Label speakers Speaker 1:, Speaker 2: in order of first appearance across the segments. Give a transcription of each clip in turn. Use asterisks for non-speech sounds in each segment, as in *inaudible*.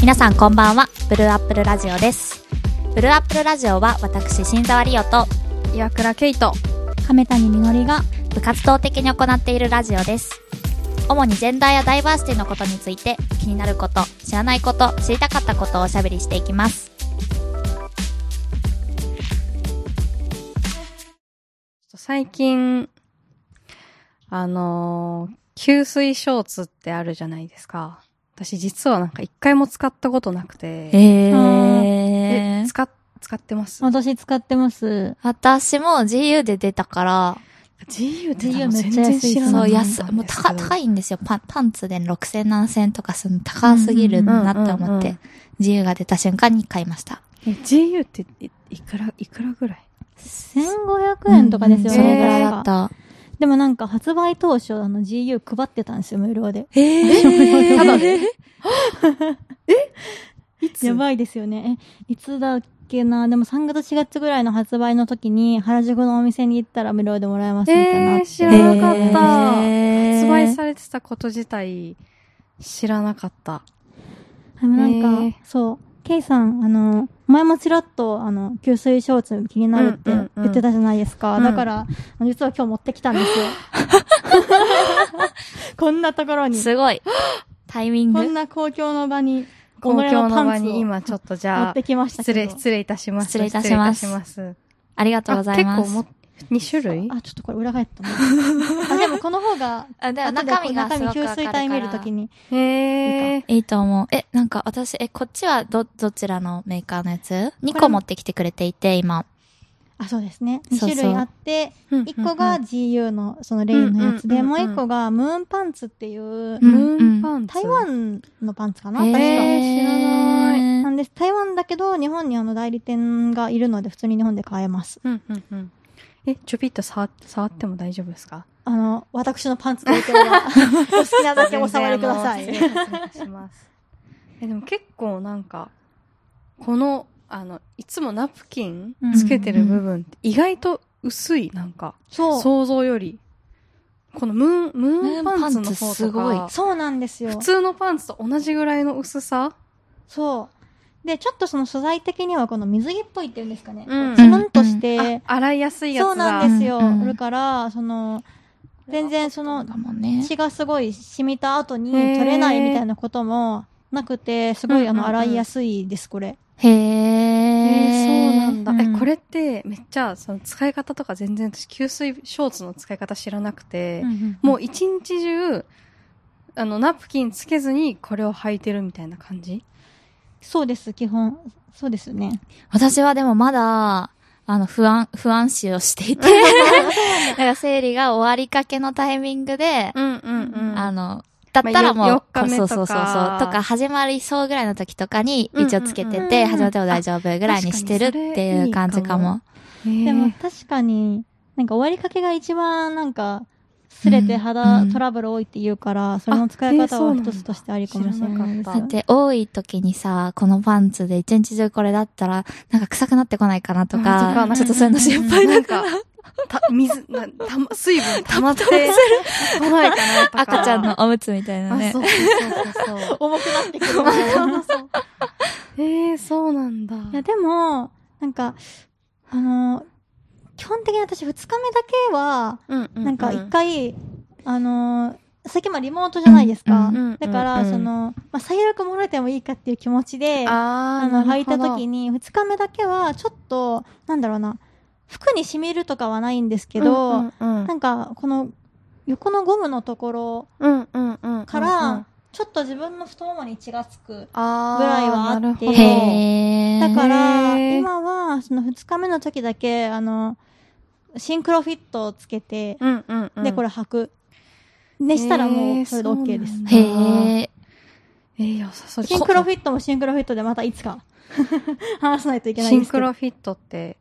Speaker 1: 皆さんこんばんはブルーアップルラジオですブルーアップルラジオは私新沢理央と
Speaker 2: 岩倉ケイト
Speaker 1: 亀谷みのりが部活動的に行っているラジオです主にジェンダーやダイバーシティのことについて気になること知らないこと知りたかったことをおしゃべりしていきます
Speaker 2: 最近あのー吸水ショーツってあるじゃないですか私実はなんか一回も使ったことなくて
Speaker 1: え
Speaker 2: え使っ使ってます
Speaker 3: 私使ってます。
Speaker 1: 私も GU で出たから、
Speaker 2: 自由って言っ
Speaker 3: GU
Speaker 2: 全
Speaker 3: めっちゃ
Speaker 2: 然
Speaker 3: 安い
Speaker 2: 知らな
Speaker 1: そ
Speaker 2: か
Speaker 1: う、
Speaker 2: ったん
Speaker 1: 安、もう
Speaker 2: です
Speaker 1: 高、
Speaker 2: けど
Speaker 1: 高いんですよ。パン、パンツで6000何千とかするの高すぎるなって
Speaker 2: うんうんう
Speaker 1: 思っ
Speaker 2: んう
Speaker 1: て
Speaker 2: ん、
Speaker 1: GU が出た瞬間に買いました。
Speaker 2: え GU っていいくらいくらぐらい
Speaker 3: 1500円とかですよ
Speaker 1: うんそれぐ
Speaker 3: ね。
Speaker 1: らい
Speaker 3: 確
Speaker 1: だった。
Speaker 3: かでもなんか発売当初、あの GU 配ってたんですよ、無料で。
Speaker 1: え
Speaker 2: ー
Speaker 1: ただで
Speaker 2: いつ
Speaker 3: やばいですよね。え、いつだっけな。でも3月4月ぐらいの発売の時に、原宿のお店に行ったら無料でもらえますみたいな。
Speaker 2: えー知らなかった
Speaker 1: えー
Speaker 2: 発売されてたこと自体知らなかった
Speaker 3: でもなんか、
Speaker 2: えー
Speaker 3: そう。ケイさん、あの、前もちらっと、あの、吸水ショーツ気になるって
Speaker 2: うんうんうん
Speaker 3: 言ってたじゃないですか。
Speaker 2: うん
Speaker 3: だから、実は今日持ってきたん
Speaker 2: *laughs*
Speaker 3: ですよ。こんなところに。
Speaker 1: すごい。タイミン
Speaker 3: こん
Speaker 1: グ
Speaker 3: な公共の場に、
Speaker 2: 公共の場
Speaker 3: 己
Speaker 2: に
Speaker 3: の
Speaker 2: 今ちょっとじ
Speaker 3: パ
Speaker 2: ゃ
Speaker 3: ンツを持っ
Speaker 2: あ
Speaker 3: てきました
Speaker 2: 失
Speaker 3: けど。
Speaker 2: 礼失礼いたします
Speaker 1: 失礼いたします
Speaker 2: 失礼いたします
Speaker 1: ありがとうございます。
Speaker 2: あ結構も2種類
Speaker 3: あ、ちょっとこれ裏返ったなあ、でもこの方が、
Speaker 1: あだから
Speaker 3: 後
Speaker 1: 中
Speaker 3: で
Speaker 1: 身が
Speaker 3: 中
Speaker 1: す
Speaker 3: 身
Speaker 1: ごく
Speaker 3: 吸
Speaker 1: わかる
Speaker 3: 水
Speaker 1: か
Speaker 3: 体見ると
Speaker 1: ら
Speaker 3: き。に。
Speaker 2: へえ
Speaker 1: いいと思う。え、なんか私、え、こっちはど、どちらのメーカーのやつ ?2 個持ってきてくれていて、今。
Speaker 3: あ、そうですね。
Speaker 1: そう
Speaker 3: 2
Speaker 1: そう
Speaker 3: 種類あって、1個が GU のそのレインのやつ
Speaker 2: うん
Speaker 3: で、
Speaker 2: うん
Speaker 3: も
Speaker 2: うん
Speaker 3: う
Speaker 2: うん
Speaker 3: 1個がムーンパンツっていう
Speaker 1: う、ん
Speaker 2: ムーンパンツ
Speaker 3: 台湾のパンツかな
Speaker 1: え
Speaker 3: 確か。
Speaker 1: ー
Speaker 2: 知らない
Speaker 3: な。んです。台湾だけど、日本にあの代理店がいるので、普通に日本で買えます。
Speaker 2: うんうんうんえちょびっと触触っても大丈夫ですか
Speaker 3: あの、私のパンツの影響が、お好きなだけお触りください。
Speaker 2: 全然あの失礼いたしますえでも結構なんかこのあのいつもナプキン
Speaker 3: うん
Speaker 2: つけてる部分って意外と薄いなんか
Speaker 3: そう。
Speaker 2: 想像よりこのムーンムーンパンツ
Speaker 1: ムーンパ
Speaker 2: の方と
Speaker 1: ン
Speaker 2: か
Speaker 1: ツ
Speaker 3: そうなんですよ。
Speaker 2: 普通のパンツと同じぐらいの薄さ
Speaker 3: そう。で、ちょっとその素材的にはこの水着っぽいっていうんですかね。
Speaker 2: うん
Speaker 3: つるんとして、
Speaker 2: あ洗いやすいやつだ
Speaker 3: そうなんですよ。
Speaker 1: うんうん
Speaker 3: あるから、その、全然その、
Speaker 1: だもんね。
Speaker 3: 血がすごい染みた後に
Speaker 2: へー
Speaker 3: 取れないみたいなこともなくて、すごいあ
Speaker 2: うんうんうん
Speaker 3: の、洗いやすいです、これ。
Speaker 1: へ
Speaker 2: え
Speaker 1: え。
Speaker 2: ー、そうなんだ、
Speaker 3: うん
Speaker 2: えこれってめっちゃその使い方とか全然私吸水ショーツの使い方知らなくて、も
Speaker 3: う、
Speaker 2: う一日中あのナプキンつけずにこれを履いてるみたいな感じ
Speaker 3: そうです、基本。そうですね。
Speaker 1: 私はでもまだ、あの、不安、不安視をしていて、だから生理が終わりかけのタイミングで、
Speaker 2: うんうんうん
Speaker 1: あの、だったらもう、
Speaker 2: よ4日目
Speaker 1: そう
Speaker 2: とか
Speaker 1: そうそうそう、とか始まりそうぐらいの時とかに
Speaker 2: うん
Speaker 1: 一応つけて
Speaker 3: うん
Speaker 1: て、
Speaker 3: うん
Speaker 1: 始まっても大丈夫ぐらいにしてるっていう感じかも。
Speaker 3: で
Speaker 2: で
Speaker 3: も確かに、なんか終わりかけが一番なんか、すれて肌トラブル多いって言うから、それの使い
Speaker 2: あえー
Speaker 3: 方
Speaker 2: そう
Speaker 3: は
Speaker 2: なんだ
Speaker 3: 一つとしてありかもしれないで
Speaker 2: 知ら
Speaker 3: す
Speaker 1: だ
Speaker 2: な
Speaker 3: よ
Speaker 2: か
Speaker 1: っ。て多い時にさ、このパンツで一日中これだったら、なんか臭くなってこないかなと
Speaker 2: うんとかな
Speaker 1: か、
Speaker 2: んか
Speaker 1: ちょっとそういうの心配
Speaker 2: な
Speaker 1: だ
Speaker 2: ん
Speaker 1: から
Speaker 2: か。た水なたま水分溜まってこないかなと
Speaker 1: *laughs*
Speaker 2: か
Speaker 1: 赤ちゃんのおむつみたいな
Speaker 2: あ
Speaker 1: ね
Speaker 2: そ。うそうそうそう
Speaker 3: 重くなってくる
Speaker 2: そうそうそうえー、そうなんだ。
Speaker 3: いや、でも、なんか、あの、基本的に私2日目だけは、
Speaker 2: うんう
Speaker 3: なんか一回、あのー、最近まあリモートじゃないですか。
Speaker 1: うん
Speaker 2: うん
Speaker 3: だから、
Speaker 2: うんうん
Speaker 3: その、まあ最悪漏れてもいいかっていう気持ちで、あ
Speaker 2: あ
Speaker 3: の、履いた時
Speaker 2: に、
Speaker 3: に、二日目だけは、ちょっと、なんだろうな、服に染みるとかはないんですけど、
Speaker 2: うんうん
Speaker 3: なんか、この、横のゴムのところ
Speaker 2: うんうんうん、
Speaker 3: から、
Speaker 2: うんうん
Speaker 3: ちょっと自分の太ももに血がつく。
Speaker 2: あー
Speaker 3: ぐらいはあっ
Speaker 2: な
Speaker 3: て
Speaker 2: るほど
Speaker 1: へー。
Speaker 3: だから、
Speaker 2: へー
Speaker 3: 今は、その二日目の時だけ、あの、シンクロフィットをつけて、
Speaker 2: うんうんうん、
Speaker 3: で、これ履く。ねしたら
Speaker 2: へ
Speaker 3: も
Speaker 2: ー
Speaker 3: う、それで OK です。
Speaker 2: そうなんだ
Speaker 1: へえ。
Speaker 2: えー、良さそう
Speaker 3: シンクロ
Speaker 2: フィッ
Speaker 3: フィットもシンクロフィットでまたいつか *laughs* 話さないとい
Speaker 2: ト
Speaker 3: けない
Speaker 2: シ
Speaker 3: ん
Speaker 2: ン
Speaker 3: です
Speaker 2: ク
Speaker 3: けど。
Speaker 2: ロフィットって、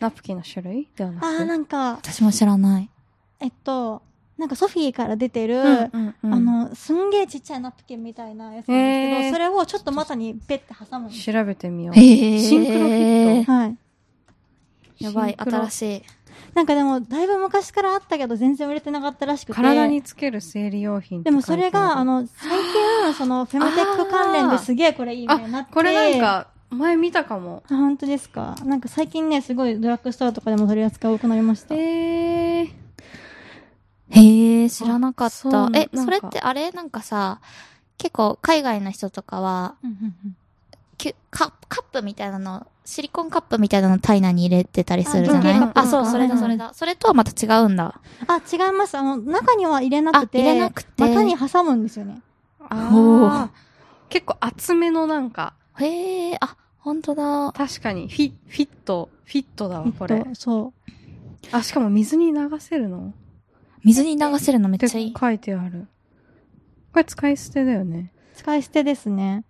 Speaker 2: ナプキンの種類ではなく
Speaker 3: ああ、なんか、
Speaker 1: 私も知らない。
Speaker 3: えっと、なんかソフィーから出てる、
Speaker 2: うんうんうん
Speaker 3: あの、すんげえちっちゃいナプキンみたいなやつなんですけ
Speaker 2: へー
Speaker 3: ど、それをちょっと股にペッて挟むんです。
Speaker 2: 調べてみよう。
Speaker 1: へえ。
Speaker 2: シンクロフィッ
Speaker 3: はい。
Speaker 1: やばい、
Speaker 2: シンクロ
Speaker 1: 新しい。
Speaker 3: なんかでも、だいぶ昔からあったけど、全然売れてなかったらしくて。
Speaker 2: 体につける生理用品って
Speaker 3: でもそれが、あ、の、最分そのフェムテック関連ですげえこれいいみたいになっ
Speaker 2: あ
Speaker 3: て。、
Speaker 2: これなんか、前見たかも。
Speaker 3: あ。本当ですかなんか最近ね、すごいドラッグストアとかでも取り扱い多くなりました。
Speaker 2: えー、
Speaker 1: へえ、知らなかっ
Speaker 2: あそ
Speaker 1: た
Speaker 2: う。
Speaker 1: え、
Speaker 2: なんか
Speaker 1: それってあれなんかさ、結構海外の人とかは、
Speaker 3: うんうんうん
Speaker 1: きゅカカップみたいなの、シリコンカップみたいなの体内に入れてたりするじゃな
Speaker 3: あ
Speaker 1: い
Speaker 3: ドリンクカップ
Speaker 1: あそう、それだ、
Speaker 3: うん
Speaker 1: それだ。それとはまた違うんだ。
Speaker 3: あ、違います。あの、中には入れなくて、
Speaker 1: あ入れなくて
Speaker 3: 股に挟むんですよね。
Speaker 2: あー結構厚めのなんか、
Speaker 1: へえ、あ、本当だ。
Speaker 2: 確かにフィ、フィット、フィットだわ、こ
Speaker 3: え
Speaker 2: れ
Speaker 3: っと。そ
Speaker 2: あ、しかも水に流せるの
Speaker 1: 水に流せるのめっ
Speaker 2: って
Speaker 1: ちゃいい。
Speaker 2: 書いてある。これ使い捨てだよね。
Speaker 3: う。使い捨てですね。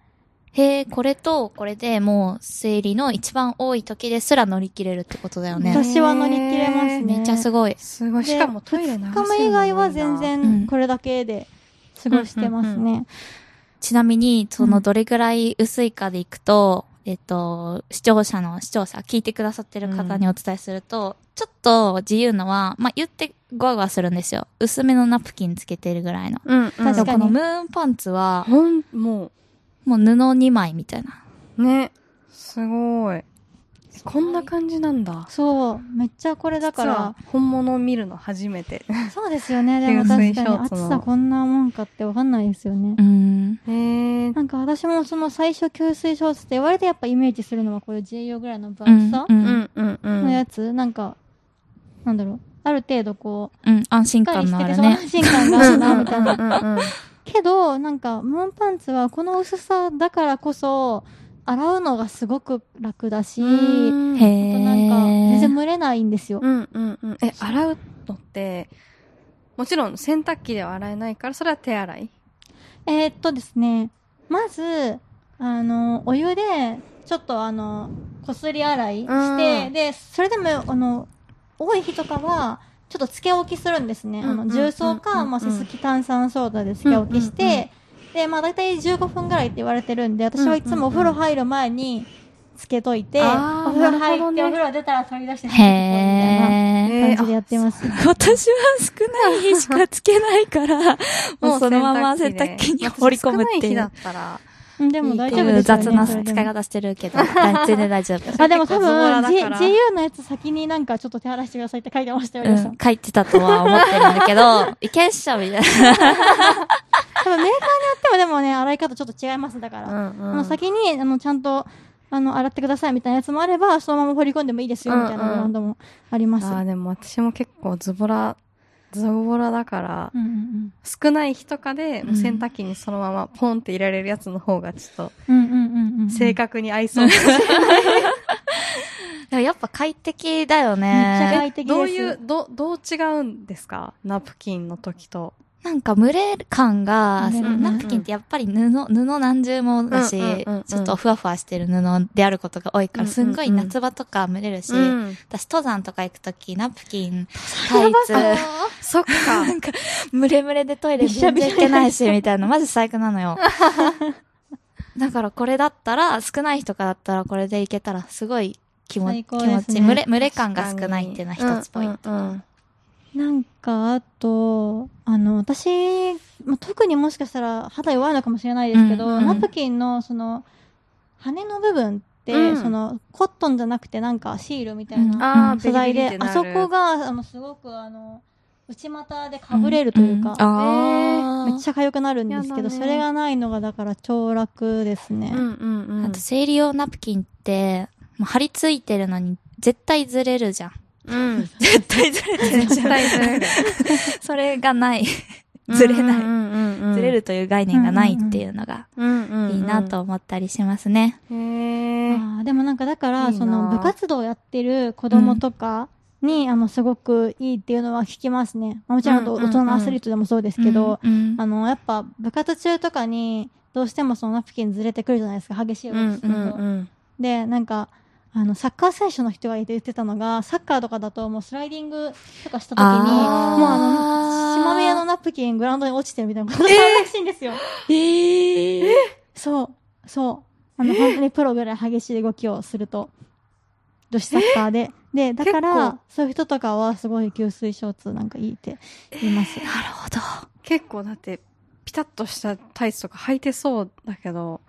Speaker 1: へえ、これと、これでもう、生理の一番多い時ですら乗り切れるってことだよね。
Speaker 3: 私は乗り切れますね。
Speaker 1: めっちゃす
Speaker 3: ご
Speaker 1: ごい。
Speaker 2: すごい。
Speaker 3: で
Speaker 2: しかもトイレ流せる
Speaker 3: 2
Speaker 2: の
Speaker 3: 日
Speaker 2: もい
Speaker 3: 目
Speaker 2: い
Speaker 3: 以
Speaker 2: な
Speaker 3: 外は全。
Speaker 1: うん
Speaker 3: 然これだけで過ごしてます
Speaker 2: うんうん
Speaker 3: ね。
Speaker 1: ちなみに、そうの
Speaker 2: ん
Speaker 1: どれぐらい薄いかでいくと、えっと、視聴者の視聴者、聞いてくださってる方にお伝えすると、ちょっと自由のは、まあ、言ってゴワゴワするんですよ。薄めのナプキンつけてるぐらいの。
Speaker 2: うん、うん。
Speaker 1: でも
Speaker 3: 確か
Speaker 1: こ
Speaker 3: に
Speaker 1: のムーンパンツは、
Speaker 2: ほん、も
Speaker 1: もう布2枚みたいな。
Speaker 2: う、ね。すごい。こんな感じなんだ。
Speaker 3: そう。めっちゃこれだから、
Speaker 2: 実は本物を見るの初めて。
Speaker 3: そうですよね。でも
Speaker 2: 吸
Speaker 3: 確
Speaker 2: 水
Speaker 3: か
Speaker 2: シ
Speaker 3: に
Speaker 2: ョーツの
Speaker 3: 暑さこんなもんかってわかんないですよね
Speaker 1: う。ん。
Speaker 2: えー、
Speaker 3: なんか私もその最初吸水ショーツって言われてやっぱイメージするのはこういう J 用ぐらいの分厚さ
Speaker 1: う。
Speaker 2: うんん、うん、う
Speaker 3: のや
Speaker 2: ん。
Speaker 3: つ、なんか、なんだろう。ある程度こう、
Speaker 1: うん。安
Speaker 3: しっ
Speaker 1: 心
Speaker 3: か
Speaker 1: 感
Speaker 3: りし
Speaker 1: のあ
Speaker 3: てて、
Speaker 1: る
Speaker 3: その
Speaker 1: ね。
Speaker 3: 安心感があ
Speaker 2: *laughs*
Speaker 3: るな、みたいな。
Speaker 2: な。
Speaker 3: けど、なんか、ムーンパンツはこの薄さだからこそ、洗うのがすごく楽だし、あ
Speaker 1: へ
Speaker 3: と
Speaker 1: え。
Speaker 3: なんか、全然蒸れないんですよ。
Speaker 2: うんうんうん。え、洗うのって、もちろん洗濯機では洗えないから、それは手洗い。
Speaker 3: えーっとですね、まず、あの、お湯で、ちょっとあの、こすり洗いして、
Speaker 2: うん
Speaker 3: で、それでも、あの、多い日とかは、ちょっとつけ置きするんですね。
Speaker 2: うん
Speaker 3: あの、重曹
Speaker 2: うんうん
Speaker 3: か、
Speaker 2: うん
Speaker 3: まあ、セスキ炭酸ソーダでつけ置きして、
Speaker 2: うんうん
Speaker 3: で、まあ、だいたい15分ぐらいって言われてるんで、私はいつもお風呂入る前に、つけといて、
Speaker 2: あー
Speaker 3: お風
Speaker 2: な
Speaker 3: 呂
Speaker 2: る
Speaker 3: 入
Speaker 2: ほど
Speaker 3: っ
Speaker 2: ね
Speaker 3: て、お風呂出たら取り出して入ってこう
Speaker 1: へ
Speaker 3: み
Speaker 1: え。
Speaker 3: たいな感じでやって
Speaker 2: す。
Speaker 3: ます。
Speaker 1: 私は少ない日しかつけない
Speaker 3: *laughs*
Speaker 1: から、もうそのまま洗濯機に放り込むっていう
Speaker 2: まあ。少ない日だったら、
Speaker 3: うんでも大丈夫
Speaker 1: いい
Speaker 3: ですよね。
Speaker 1: 雑な
Speaker 3: そ
Speaker 1: 使
Speaker 3: れ
Speaker 1: い
Speaker 3: でも
Speaker 1: 方してるけど、大全然大丈夫。
Speaker 2: *laughs*
Speaker 3: あ、でも多
Speaker 2: 結構ズボラ
Speaker 3: 分、
Speaker 2: だ
Speaker 3: G、
Speaker 2: から
Speaker 3: GU のやつ先になんかちょっと手洗いしてくださいって書いてましたよ、
Speaker 1: う
Speaker 3: 皆さん
Speaker 1: ん、書いてたとは思ってるんだけど、いけっしょみたい *laughs* な。
Speaker 3: 多分メーカーによってもでもね、洗い方ちょっと違います、だから。あ
Speaker 2: ん
Speaker 3: の先に、あの、ちゃんと、あの、洗ってくださいみたいなやつもあれば、そのまま放り込んでもいいですよ、みたいな
Speaker 2: うんうん
Speaker 3: ブランドもあります。
Speaker 2: ああ、でも私も結構ズボラ、ズボラだから、
Speaker 3: うんうん
Speaker 2: 少ない日とかで、もううん洗濯機にそのままポンって入れられるやつの方がちょっ
Speaker 3: うん。うんうんうんうん。
Speaker 2: と正確に合いそう。めっち
Speaker 1: でもやっぱ快適だよ
Speaker 3: めっちゃ
Speaker 1: ね。
Speaker 3: 快適です。
Speaker 2: どういう、ど、どう違うんですかナプキンの時と。
Speaker 1: なんか群れ感が、
Speaker 3: 群れる
Speaker 1: ナプキンってやっぱり布、布何重もだし、
Speaker 2: うんうんうんうん
Speaker 1: ちょっとふわふわしてる布であることが多いから、
Speaker 2: うんうんうん
Speaker 1: すんごい夏場とか蒸れるし、
Speaker 2: うん
Speaker 1: 私登山とか行くとき、ナプキン、タイツ、
Speaker 2: そっか。
Speaker 1: なんか、ムレムレでトイレ全然行けないし、みたいな、マジ最悪なの
Speaker 3: *laughs*
Speaker 1: よ。だからこれだったら、少ない日とかだったらこれで行けたら、すごい気持ち、
Speaker 3: 最高
Speaker 1: 気
Speaker 3: で
Speaker 1: 持
Speaker 3: すね
Speaker 1: ちいい、群れ、群れ感が少ないっていうのは一つポイント。
Speaker 2: ト。うんうんうん
Speaker 3: なんか、あと、あの、私、まあ、特にもしかしたら肌弱いのかもしれないですけど、
Speaker 1: うんうんうん
Speaker 3: ナプキンの、その、羽の部分って、
Speaker 2: うん
Speaker 3: その、コットンじゃなくてなんかシールみたい
Speaker 1: うん
Speaker 3: な
Speaker 2: ああ、
Speaker 3: 素材で、あそこ
Speaker 2: が、
Speaker 3: が、あの、すごく、あの、内股で被れるというか、
Speaker 1: ああ。
Speaker 3: めっちゃ痒くなるんですけ
Speaker 2: や
Speaker 3: ど、
Speaker 2: だね
Speaker 3: それがないのが、だから、超楽ですね。
Speaker 2: うんうんうん。
Speaker 1: あと、生理用ナプキンって、もう貼り付いてるのに、絶対ずれるじゃん。
Speaker 2: うん。
Speaker 1: 絶対ずれてる
Speaker 2: 絶対ずれる。
Speaker 1: *laughs* それがない。 *laughs* ずれない
Speaker 2: い
Speaker 1: ずれる。という概念がないっていうのが、
Speaker 2: うんうんうん。
Speaker 1: いいなと思ったりしますね。
Speaker 2: へえ。
Speaker 3: あーでもなんかだから
Speaker 2: いいな
Speaker 3: その部活動やってる子供とかに、あのすごくいいっていうのは聞きますね、まあもちろんあと
Speaker 2: うんうんうん
Speaker 3: 大人のアスリートでもそうですけど、
Speaker 1: うん、
Speaker 3: あのやっぱ部活中とかにどうしてもそのナプキンずれてくるじゃないですか激しい
Speaker 2: うんう
Speaker 3: 動き
Speaker 2: ん
Speaker 3: すると、
Speaker 2: うん。
Speaker 3: でなんかあのサッカー選手の人が言ってたのがサッカーとかだともうスライディングとかした時にも
Speaker 1: あ
Speaker 3: う
Speaker 1: ー
Speaker 3: あの島目屋のナプキングラウンドに落ちてるみたいなことがあるらしいんですよ、
Speaker 1: ええ
Speaker 3: そう、そう。あの、本当にプロぐらい激しい動きをすると、女子サッカ
Speaker 2: *laughs*
Speaker 3: ーで。で、だ
Speaker 2: 結
Speaker 3: から、そういう人とかはすごい吸水ショーツなんかいいって言います。
Speaker 1: なるほど。
Speaker 2: 結構だって、ピタッとしたタイツとか履いてそうだけど、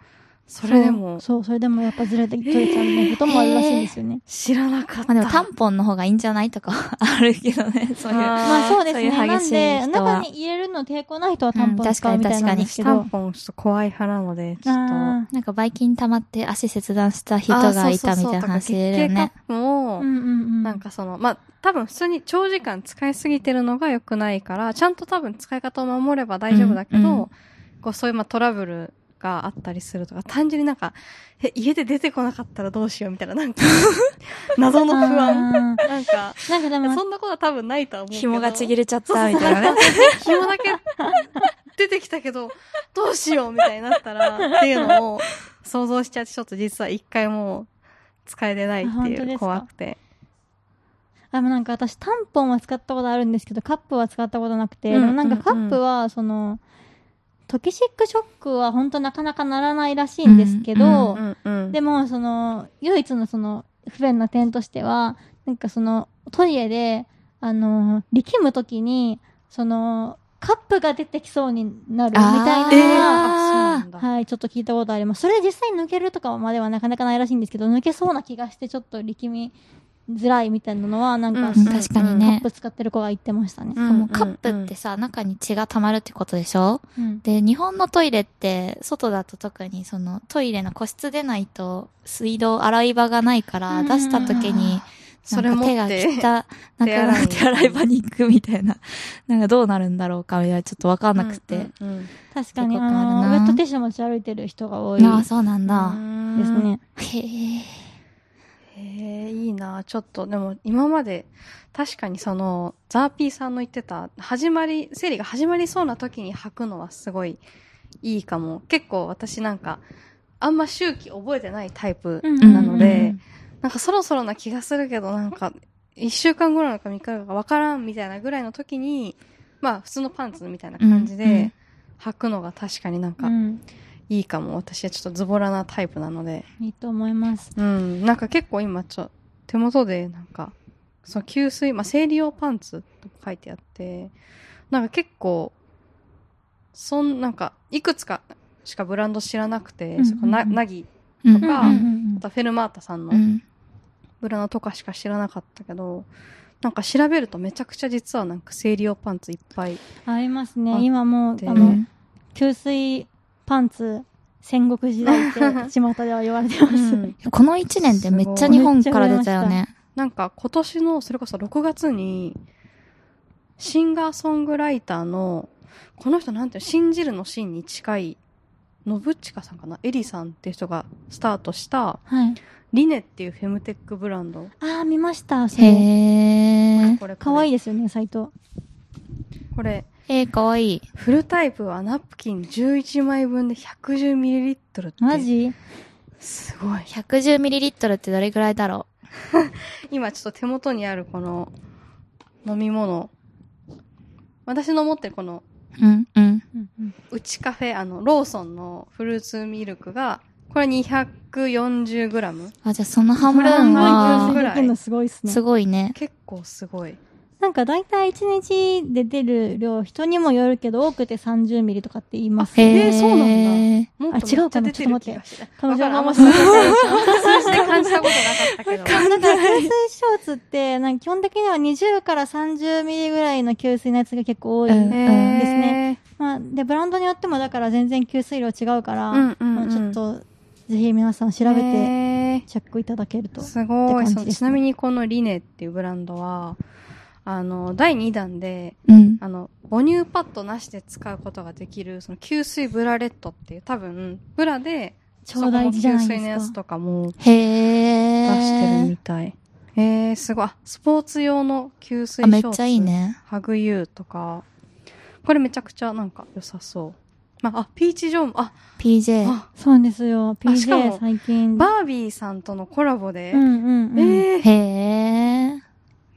Speaker 2: それでも
Speaker 3: そう、そうそれでもやっぱずれて取れちゃうねこともあるらしいんですよね。
Speaker 2: 知らなかった。
Speaker 1: まあでも、タンポンの方がいいんじゃないとか *laughs* あるけどね、そういう。
Speaker 2: あー
Speaker 3: まあそうですね。
Speaker 1: そういう
Speaker 3: な
Speaker 1: 激し
Speaker 3: ん
Speaker 1: い
Speaker 3: で、
Speaker 1: 人は
Speaker 3: 中に入れるの抵抗ない人はタンポン使うみたいなんですけ
Speaker 2: タ
Speaker 3: ど。
Speaker 2: ンポンちょっと怖い派なので、ちょっと。
Speaker 3: あ
Speaker 1: なんか、バイキン溜まって足切断した人がいたみたいな話だよね。。
Speaker 2: も
Speaker 3: ーうんうんうん。
Speaker 2: なんかその、まあ、多分普通に長時間使いすぎてるのが良くないから、ちゃんと多分使い方を守れば大丈夫だけど、
Speaker 1: うんうん
Speaker 2: こうそういうまあトラブルがあったりするとか、単純になんか、え、家で出てこなかったらどうしようみたいな、な
Speaker 1: *laughs*
Speaker 2: んか、謎の不安。
Speaker 3: 安。
Speaker 2: なんか、
Speaker 3: なんか
Speaker 2: *laughs*
Speaker 3: でも、
Speaker 2: そんなことは多分ないとは思うけど。
Speaker 1: 紐がちぎ
Speaker 2: れ
Speaker 1: れちゃったみたいなね。
Speaker 2: 紐だけ出てきたけど、どうしようみたいになったら、っていうのを想像しちゃって、ちょっと実は一回もう使えてないっ
Speaker 3: あ
Speaker 2: て
Speaker 3: 本当で
Speaker 2: い
Speaker 3: す
Speaker 2: う、
Speaker 3: か
Speaker 2: 怖くて。
Speaker 3: あのなんか私タンポンは使ったことあるんですけど、カップは使ったことなくて、
Speaker 2: うん
Speaker 3: でもなんか
Speaker 2: うん
Speaker 3: カップは、その、トキシックショックは本当なかなかならないらしいんですけど、
Speaker 1: うんうん
Speaker 2: んうん
Speaker 3: でも、その、唯一のその、不便な点としては、なんかその、トイレで、あの、力むときに、その、カップが出てきそうになるみたい
Speaker 1: えー
Speaker 3: なのは
Speaker 2: あそうなんだ
Speaker 3: はい、ちょっと聞いたことあります。それ実際抜けるとかまではなかなかないらしいんですけど、抜けそうな気がしてちょっと力みづらいみたいなのは、なんか、
Speaker 2: う
Speaker 1: 確
Speaker 2: ん
Speaker 1: かに
Speaker 3: カ
Speaker 1: ね
Speaker 3: ッ。プ使ってる子が言ってましたね。
Speaker 2: うん
Speaker 1: もうカップってさ、中に血が溜まるってことでしょ
Speaker 3: うん。
Speaker 1: で、日本のトイレって、外だと特にそのトイレの個室出ないと水道洗い場がないから、
Speaker 3: うん
Speaker 1: 出した時に、
Speaker 2: それ
Speaker 1: なんか手
Speaker 2: 持
Speaker 1: が
Speaker 2: って
Speaker 1: 汚なくなって
Speaker 2: 手洗いに
Speaker 1: 手洗い場に行くみたいな、 *laughs* なんかどうなるんだろうかみたいな、ちょっとわかんなくて。
Speaker 2: うんうん
Speaker 3: 確かに、
Speaker 1: よく
Speaker 3: あ
Speaker 1: わかるな
Speaker 3: の、ウェットティッシュ持ち歩いてる人が多いで
Speaker 1: ああ、そうなんだ。
Speaker 2: うん
Speaker 3: すね。
Speaker 1: へえ。
Speaker 2: へえいいなちょっとでも今まで確かにそのザーピーさんの言ってた始まり生理が始まりそうな時に履くのはすごいいいかも結構私なんかあんま周期覚えてないタイプなので、
Speaker 3: うんうんう
Speaker 2: なんかそろそろな気がするけどなんか1週間後なのか3日後か分からんみたいなぐらいの時にまあ普通のパンツみたいな感じ
Speaker 1: うんうん
Speaker 2: で履くのが確かになんか
Speaker 3: うん。
Speaker 2: いいかも、私はちょっとズボラなタイプなので
Speaker 3: いいと思います。
Speaker 2: うんなんか結構今ちょ手元でなんかその吸水、まあ、生理用パンツとか書いてあってなんか結構そんなんかいくつかしかブランド知らなくて、
Speaker 3: んうんうん
Speaker 2: そこなナギ
Speaker 1: とうう
Speaker 2: か
Speaker 3: うんんうんん
Speaker 2: またフェルマータさんの
Speaker 1: うん
Speaker 2: ブランドとかしか知らなかったけど、なんか調べるとめちゃくちゃ実はなんか生理用パンツいっぱい
Speaker 3: うんあります
Speaker 2: あ
Speaker 3: ね。今もう、
Speaker 2: で
Speaker 3: あ
Speaker 1: う
Speaker 3: の、
Speaker 1: ん
Speaker 3: 給水パンツ、戦国時代って、巷では言われてます。
Speaker 1: この1年でめっちゃ日本から出たよね。
Speaker 2: なんか今年のそれこそ6月にシンガーソングライターのこの人なんていうの信じるのシーンに近いノブチカさんかなエリさんっていう人がスタートした
Speaker 3: はい。
Speaker 2: リネっていうフェムテックブランド
Speaker 3: *laughs* ああ、見ました。そ
Speaker 1: へ
Speaker 3: れ。
Speaker 1: え。
Speaker 2: これ
Speaker 3: 可愛い
Speaker 2: い
Speaker 3: ですよね、サイト。
Speaker 2: これ
Speaker 1: えー、かわいい。
Speaker 2: フルタイプはナプキン11枚分で 110ml って
Speaker 3: マジ
Speaker 2: すごい
Speaker 1: 110ml ってどれぐらいだろ
Speaker 2: 今ちょっと手元にあるこの飲み物私の持ってるこの
Speaker 1: ううん、うん。
Speaker 2: うちカフェあのローソンのフルーツミルクがこれ 240g
Speaker 1: あ、じゃあその半
Speaker 2: 半
Speaker 1: 分
Speaker 2: 分
Speaker 1: は
Speaker 2: 半、分
Speaker 3: できるのすごいっすね
Speaker 1: す。ごいね。
Speaker 2: 結構すごい
Speaker 3: なんか大体1日で出る量、人にもよるけど、多くて30ミリとかって言います。
Speaker 2: えーそうなん
Speaker 1: だ。
Speaker 2: もっと
Speaker 3: あ違
Speaker 2: めっちゃ
Speaker 3: うかな
Speaker 2: 出てる気がして
Speaker 3: ょっと
Speaker 2: わか
Speaker 3: 待って
Speaker 2: んないあんま
Speaker 3: 彼
Speaker 2: 数字
Speaker 3: 女 *laughs*
Speaker 2: で感じたことなかったけど
Speaker 3: だから、吸水ショーツって、なんか基本的には20から30ミリぐらいの吸水のやつが結構多い。
Speaker 1: うん
Speaker 3: ですねまあ、で、ブランドによってもだから全然吸水量違うから、
Speaker 2: うんうんうん
Speaker 3: まあちょっと、ぜひ皆さん調べて、
Speaker 2: べ
Speaker 3: チェックいただけると。
Speaker 2: すごい
Speaker 3: って感じ
Speaker 2: その
Speaker 3: ですね
Speaker 2: ちなみにこのリネっていうブランドはあの第2弾で
Speaker 1: うん。
Speaker 2: あの、母乳パッドなしで使うことができる、その、吸水ブラレットっていう、多分、ブラで、
Speaker 3: ちょうだいじゃな
Speaker 2: そ
Speaker 3: いですか
Speaker 2: この吸水のやつとかも
Speaker 1: へ
Speaker 2: 出してる
Speaker 1: え。
Speaker 2: みたい。えー、すごい。あスポーツ用の吸水ショ
Speaker 1: あ、
Speaker 2: ーツ。
Speaker 1: めっちゃいい。ね。
Speaker 2: ハグユーとか、これめちゃくちゃなんか良さそう。まあ、あピーチジョーも、あ、
Speaker 1: PJ。
Speaker 2: あ
Speaker 3: そうなんですよ。
Speaker 2: あしかも
Speaker 3: PJ 最近。
Speaker 2: バービーさんとのコラボで、
Speaker 3: うんうんうん。
Speaker 2: えー、
Speaker 1: へえ。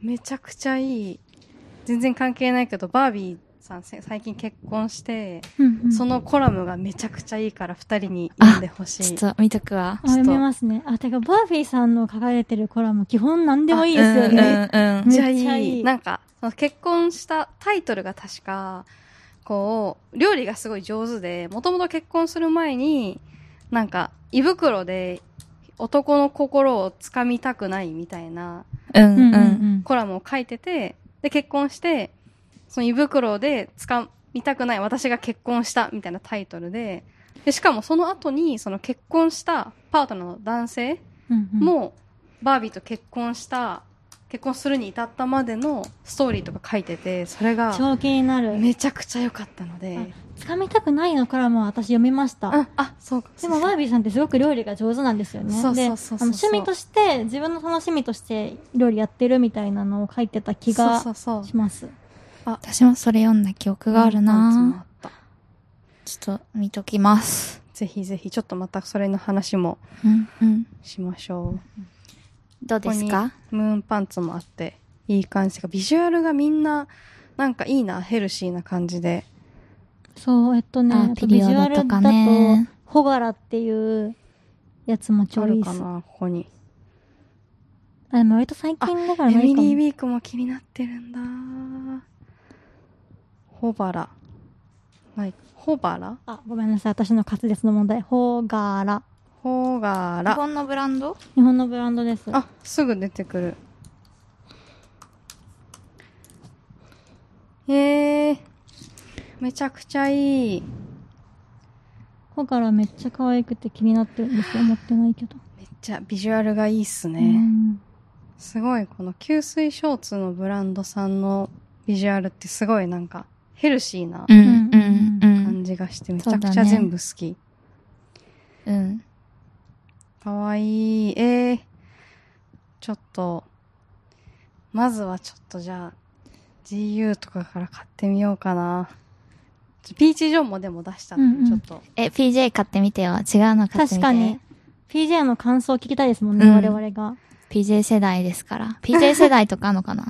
Speaker 2: めちゃくちゃいい。全然関係ないけど、バービーさんせ最近結婚して、
Speaker 3: うんうん
Speaker 2: そのコラムがめちゃくちゃいいから二人に読んでほしい。
Speaker 1: ちょっと見とくわ。
Speaker 3: あ、読めますね。あ、てか、バーフィーさんの書かれてるコラム、基本何でもいいですよね。
Speaker 1: うんうんうん
Speaker 2: めっちゃいい。
Speaker 3: めっちゃいい
Speaker 2: なんか、その結婚したタイトルが確か、こう、料理がすごい上手で、もともと結婚する前に、なんか、胃袋で男の心をつかみたくないみたいな
Speaker 1: うん
Speaker 3: うんうんう
Speaker 1: うん。
Speaker 3: ん。
Speaker 2: コラムを書いてて、で、結婚して、その胃袋で掴みたくない私が結婚したみたいなタイトルで、で、しかもその後に、その結婚したパートナーの男性
Speaker 3: うんうん
Speaker 2: も、バービーと結婚した、結婚するに至ったまでのストーリーとか書いてて、それが
Speaker 3: 超気になる。
Speaker 2: めちゃくちゃ良かったので、
Speaker 3: つかみたくないのコラムは私読みました。
Speaker 2: あ、あ、そうか。
Speaker 3: でも、バービーさんってすごく料理が上手なんですよね。
Speaker 2: そうそう
Speaker 3: で
Speaker 2: そうそう
Speaker 3: あの趣味として、自分の楽しみとして料理やってるみたいなのを書いてた気が
Speaker 2: そうそうそう
Speaker 3: します。
Speaker 1: 私もそれ読んだ記憶があるな
Speaker 2: あった
Speaker 1: ちょっと見ときます。
Speaker 2: ぜひぜひ、ちょっとまたそれの話も
Speaker 1: うんうん。
Speaker 2: しましょう。
Speaker 1: どうです
Speaker 2: こ
Speaker 1: か
Speaker 2: こにムーンパンツもあって、いい感じが、ビジュアルがみんな、なんかいいな、ヘルシーな感じで。
Speaker 3: そう、えっとね、
Speaker 1: あ
Speaker 3: あと
Speaker 1: ピ
Speaker 3: ビ
Speaker 1: リ
Speaker 3: ジ
Speaker 1: オド
Speaker 3: ュアルだ
Speaker 1: とか
Speaker 3: と
Speaker 1: ね、
Speaker 3: ホガラっていうやつも
Speaker 2: あ
Speaker 3: 超い
Speaker 2: る
Speaker 3: いっ
Speaker 2: か
Speaker 3: す。
Speaker 2: な、ここに。
Speaker 3: あ、でも割と最近だから
Speaker 2: エ
Speaker 3: ない
Speaker 2: ミ
Speaker 3: か
Speaker 2: リー・ウ
Speaker 3: も。
Speaker 2: ィークも気になってるんだ。ホバラ。ない、ホバラ
Speaker 3: あ、ごめんなさい。私の滑舌の問題。ホガラ。
Speaker 2: ホガ
Speaker 1: 日
Speaker 2: ラ。
Speaker 1: 本のブランド
Speaker 3: 日本のブランドです。
Speaker 2: あ、すぐ出てくる。えー、めちゃくちゃいい。
Speaker 3: ホガラめっちゃ可愛くて気になってるんですよ。持ってないけど。
Speaker 2: めっちゃビジュアルがいいっすね。
Speaker 3: うん
Speaker 2: すごい、この吸水ショーツのブランドさんのビジュアルってすごいなんかヘルシーな
Speaker 1: うんうんうん
Speaker 2: 感じがして、めち
Speaker 1: そう
Speaker 2: ゃ
Speaker 1: だね
Speaker 2: くちゃ全部好き。
Speaker 1: うん。
Speaker 2: かわいい。えー、ちょっと、まずはちょっとじゃあ、GU とかから買ってみようかな。ちょピーチ・ジョンもでも出したの、
Speaker 3: うんうん
Speaker 2: ちょっと。
Speaker 1: え、PJ 買ってみてよ。違うの買ってみて。
Speaker 3: 確かに。。PJ の感想を聞きたいですもんね、
Speaker 1: うん
Speaker 3: 我々が。
Speaker 1: PJ 世代ですから。PJ 世代とかあんのかな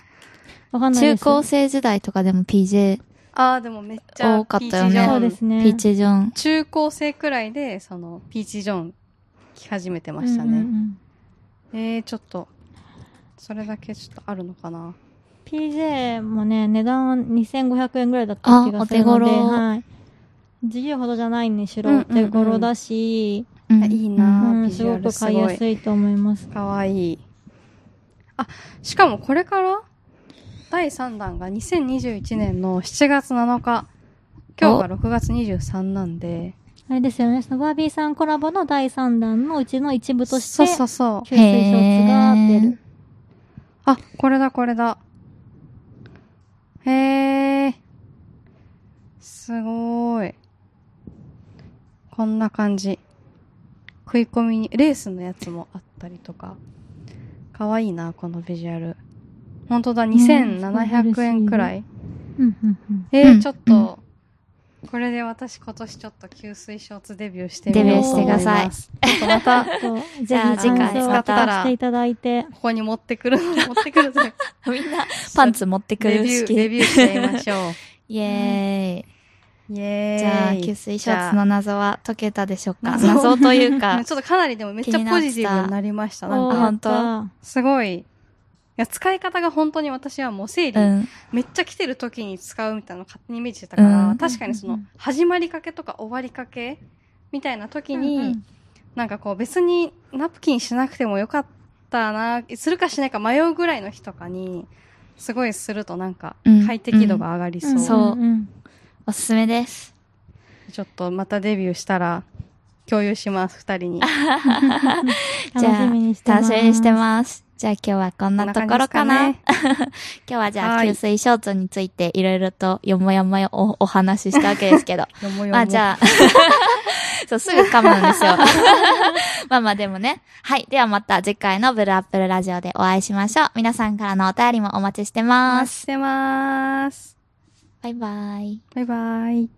Speaker 3: わかんないで
Speaker 1: 中
Speaker 3: す。
Speaker 1: 高生時代とかでも PJ、
Speaker 2: あー、でもめっちゃ
Speaker 1: 多かったよね
Speaker 2: ピーチジョン
Speaker 3: そうですね。
Speaker 1: ピーチジョン。
Speaker 2: 中高生くらいで、その、ピーチ・ジョン着始めてましたね。
Speaker 3: うんうんうん
Speaker 2: えー、ちょっと、それだけちょっとあるのかな。
Speaker 3: PJ もね、値段は2500円ぐらいだった気がするの
Speaker 1: あお手
Speaker 3: で、
Speaker 1: 頃
Speaker 3: はい。自由ほどじゃないにし
Speaker 2: うんうん
Speaker 3: ろ、
Speaker 2: う
Speaker 3: お
Speaker 2: ん
Speaker 3: 手頃だし、
Speaker 1: うん
Speaker 2: いいな
Speaker 3: う
Speaker 2: ー
Speaker 3: ん
Speaker 2: ビジ
Speaker 3: す
Speaker 2: ュア
Speaker 3: ご
Speaker 2: ル
Speaker 3: く
Speaker 2: す
Speaker 3: 買い
Speaker 2: ご
Speaker 3: や
Speaker 2: い
Speaker 3: す。いと思います。
Speaker 2: かわいい。あ、しかもこれから、第3弾が2021年の7月7日。今日が6月23なんで。
Speaker 3: あれですよね、そのバービーさんコラボの第3弾のうちの一部とし
Speaker 2: そ
Speaker 3: て、
Speaker 2: うそ
Speaker 3: 吸水
Speaker 2: うそう。
Speaker 3: ショーツが出る。
Speaker 2: あ、これだこれだ。へえ。すごーい。こんな感じ。食い込みに、レースのやつもあったりとか。かわいいな、このビジュアル。ほんとだ、2700円くらい。
Speaker 3: うんうんうん
Speaker 2: えー
Speaker 1: うん
Speaker 2: ちょっと、これで私今年ちょっと吸水ショーツデビューしてみ
Speaker 1: デ
Speaker 2: よう
Speaker 1: ビ
Speaker 2: と
Speaker 1: ュ
Speaker 2: 思
Speaker 1: ーしてくださ
Speaker 2: い
Speaker 1: い
Speaker 2: ま。す。ちょっとまた、こ
Speaker 3: そうぜひ
Speaker 1: じゃあ
Speaker 2: 次回
Speaker 3: 感想を
Speaker 2: また
Speaker 3: 聞かせていただいて。
Speaker 2: こに持ってくる、持ってくるというか
Speaker 1: みんなパンツ持ってく
Speaker 2: デ
Speaker 1: る
Speaker 2: ビュー、
Speaker 1: 式。
Speaker 2: デビューしてみましょ
Speaker 1: *laughs* イエーイ。
Speaker 2: う。イエーイ。
Speaker 1: じゃあ、吸水ショーツの謎は解けたでしょうか謎というか。
Speaker 2: ちょっとかなりでもめっちゃポジティブになりました。なん
Speaker 1: おー
Speaker 2: か、
Speaker 1: 本当
Speaker 3: やっ
Speaker 2: すごい。いや、使い方が本当に私はもう生
Speaker 1: *laughs*
Speaker 2: 理、
Speaker 1: うん。
Speaker 2: めっちゃ来てる時に使うみたいなのを勝手にイメージしてたから、
Speaker 1: うん
Speaker 2: 確かにその、始まりかけとか終わりかけみたいな
Speaker 3: た
Speaker 2: 時に、なんかこう別にナプキンしなくてもよかったな、するかしないか迷うぐらいの日とかに、すごいするとなんか
Speaker 1: うん
Speaker 2: 快適度が上がりそう。
Speaker 1: んそうん
Speaker 3: ん
Speaker 1: おすすめです。
Speaker 2: ちょっとまたデビューしたら共有します、二人に。
Speaker 3: 楽しみにしてます。
Speaker 1: 楽しみにしてます。じゃあ今日はこんなところかな。
Speaker 2: こんな感じで
Speaker 1: 今日はじゃあ
Speaker 2: はい
Speaker 1: 吸水ショーツについていろいろとよもやまよおお話ししたわけですけ
Speaker 2: *laughs*
Speaker 1: ど。
Speaker 2: よもよも
Speaker 1: まあじゃあ、 *laughs* そう、すぐ噛むんですよ。 *laughs* まあまあでもね。はい。ではまた次回のブルーアップルラジオでお会いしましょう。皆さんからのお便りもお待ちして
Speaker 2: お
Speaker 1: ま
Speaker 2: 待ち
Speaker 1: す。
Speaker 2: してます。
Speaker 1: バイバイ。
Speaker 2: バイバイ。